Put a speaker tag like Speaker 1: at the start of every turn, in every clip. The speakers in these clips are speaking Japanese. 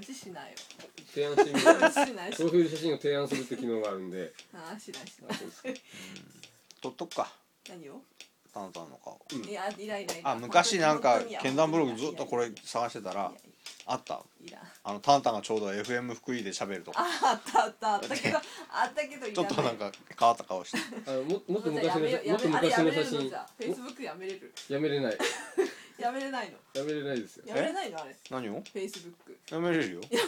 Speaker 1: ジしないよ
Speaker 2: 提案してみる
Speaker 1: しない
Speaker 2: プ
Speaker 1: し
Speaker 2: ロフィール写真を提案するって機能があるんで
Speaker 1: あしないしな
Speaker 2: あ
Speaker 1: い
Speaker 2: そうですか
Speaker 3: 取っとくか
Speaker 1: 何を
Speaker 3: タナさんの顔
Speaker 2: うん
Speaker 1: いやいらいらいら
Speaker 3: あ昔なんか剣談ブログずっとこ
Speaker 1: れ
Speaker 3: れ探してたらあった
Speaker 1: いらん
Speaker 3: あのタンタンがちょうど FM 福井で喋るとか
Speaker 1: ああったあったあった けどあったけどいらい
Speaker 3: ちょっとなんか変わった顔して
Speaker 2: あのももっと
Speaker 1: じゃ
Speaker 2: 昔
Speaker 1: あ
Speaker 2: の
Speaker 1: や
Speaker 2: 写
Speaker 1: め
Speaker 2: もっと昔の写
Speaker 1: あれやめれる
Speaker 2: 真
Speaker 1: じゃあ Facebook やめれる
Speaker 2: やめれない
Speaker 1: やめれないの
Speaker 2: やめれないですよ
Speaker 1: やめれないのあれ
Speaker 3: 何を
Speaker 1: Facebook
Speaker 3: やめれるよ
Speaker 2: いや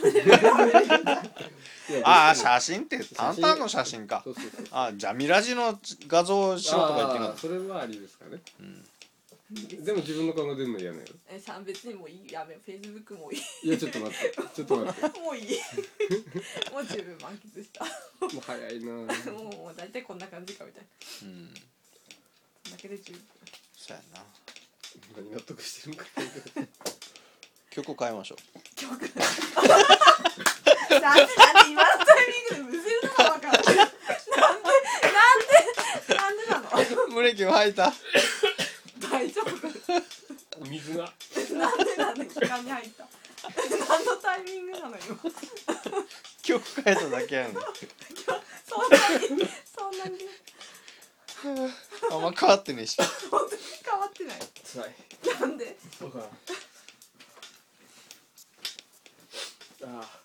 Speaker 3: ああ
Speaker 2: 別に
Speaker 3: 写真ってタンタンの写真か
Speaker 2: そうそうそう
Speaker 3: あジャミラジの画像をしろとか言ってなか
Speaker 2: あ
Speaker 3: っ
Speaker 2: ーそれはありですかね
Speaker 3: た、うん、
Speaker 2: でも自分の顔が出るの嫌なよ
Speaker 1: えさん別にもういいやめ Facebook もういい
Speaker 2: いやちょっと待ってちょっと待って
Speaker 1: もうい いもう十分満喫した
Speaker 2: もう早いなぁ
Speaker 1: もうもう大体こんな感じかみたいな
Speaker 3: うん、
Speaker 1: そんだけで十分
Speaker 3: そうやな
Speaker 2: 何納得してるのかな
Speaker 3: 曲変えましょう
Speaker 1: 曲 なんでなんで今のタイミングでむせるのが分かんないなんでなんでなんでなの
Speaker 3: ブレーキを吐いた
Speaker 1: 大丈夫
Speaker 2: 水が
Speaker 1: なんでなんで期間に入った何のタイミングなの今
Speaker 3: 曲変えただけやのに
Speaker 1: そんなにそんなに
Speaker 3: あんま変わってねえし
Speaker 1: 本当に変わってない
Speaker 2: 辛い
Speaker 1: なんで
Speaker 2: そうかあ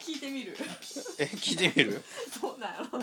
Speaker 1: 聞いてみる
Speaker 3: え聞いてみる
Speaker 1: そうなんやろ